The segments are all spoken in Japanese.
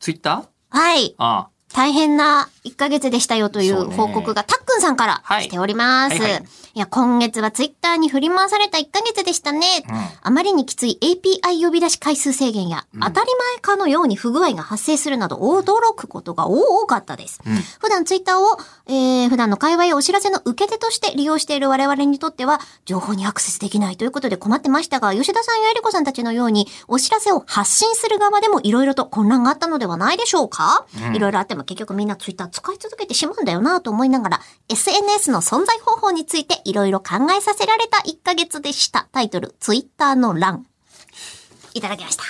ツイッターはい。あ大変な1ヶ月でしたよといそううね報告がたっくんさんからはいしております。はいいはいや、今月はツイッターに振り回された1ヶ月でしたね。あまりにきつい API 呼び出し回数制限や、当たり前かのように不具合が発生するなど驚くことが多かったです。ん普段ツイッターを、えー普段の界隈やお知らせの受け手として利用している我々にとっては、情報にアクセスできないということで困ってましたが、吉田さんやえりこさんたちのように、お知らせを発信する側でもいろいろと混乱があったのではないでしょうかいろいろあっても結局みんなツイッター使い続けてしまうんだよなと思いながら、SNS の存在方法についていろいろ考えさせられた1ヶ月でした。タイトル、ツイッターの欄。いただきました。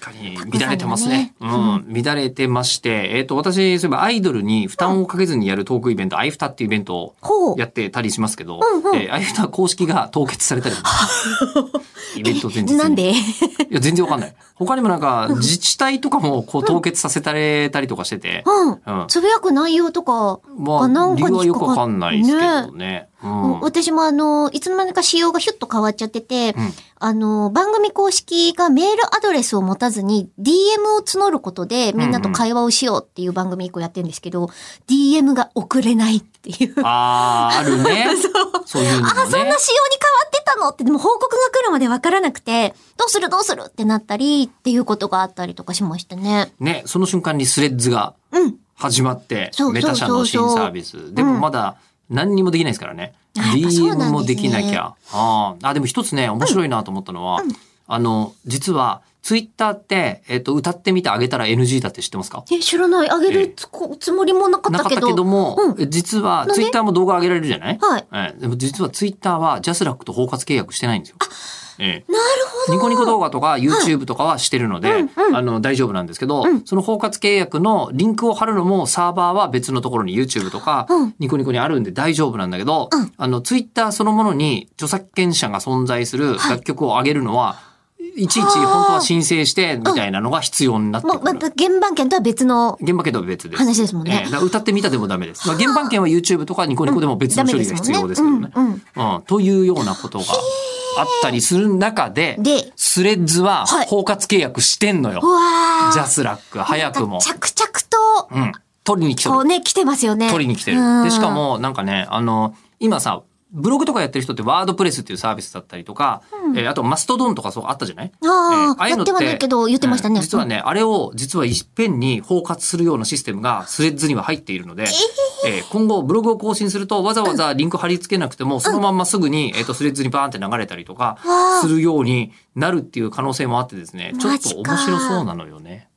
確かにたくさ乱れんのねてますね。うん、乱れてまして、えっ、と、私、そういえばアイドルに負担をかけずにやるトークイベント、アイフタっていうイベントをほうや。ってたりしますけど、うんうんえーアイフタ公式が凍結された りとかイベント前日になんでいや、全然わかんない。他にもなんか、自治体とかもこう凍結させたれたりとかしてて、うん。うん。つぶやく内容とか、まあ、あなん理か由はに引よっかかっくわかんないですけどね。うもんう。私もあの、いつの間にか仕様がヒュッと変わっちゃってて、んあの、番組公式がメールアドレスを持たずに DM を募ることでみんなと会話をしようっていう番組一個やってるんですけど、DM が送れないっていう。ああ、ある ね。そういうのもあ、そんな仕様に変ねわ。ってたのって、でも報告が来るまでわからなくて、どうするどうするってなったりっていうことがあったりとかしましたね。ね、その瞬間にスレッズがうん。始まってそうそ、うメタ社の新サービス。でもまだ何にもできないですからね。あやっぱそうなん DM ですねもできなきゃ。あーあ、でも一つね、面白いなと思ったのは、あの、実は、ツイッターって、えっと、歌ってみてあげたら NG だって知ってますかえ、知らない。あげるつ,、つもりもなかっなたかっけたど。けども、う実はなんツでイッターも動画上げられるじゃない、はい。ええでも実はツイッターはジャスラックと包括契約してないんですよ。ええなるほど。ニコニコ動画とか YouTube とかはしてるので、うんうんあの大丈夫なんですけど、うんその包括契約のリンクを貼るのもサーバーは別のところに YouTube とか、うんニコニコにあるんで大丈夫なんだけど、うんあの Twitter そのものに著作権者が存在する楽曲を上げるのは、い、ちいち本当は申請してみたいなのが必要になってもう、まくたる。原版権とは別の現場けど別です。話ですもんええねだ。から歌ってみたでもダメです。まあ、原版権は YouTube とかニコニコでも別の処理が必要ですけどね。うんうんうん、というようなことがあったりする中で、でスレッズははい包括契約してんのよ。うわージャスラック、早くも。着々と、うん。取りに来てるこう。ね、来てますよね。取りに来てる。うんで、しか、も、なんかね、あの、今さ、ブログとかやってる人ってワードプレスっていうサービスだったりとか、えーあとマストドンとかそうあったじゃないあーやってはないけど言ってましたねえー実はね、あれを実はいっぺんに包括するようなシステムがスレッズには入っているので、えー今後ブログを更新するとわざわざリンク貼り付けなくても、そのまんますぐに、えー、とスレッズにバーンって流れたりとかわあするようになるっていう可能性もあってですね、ちょっマとジ面か白そうなのよね。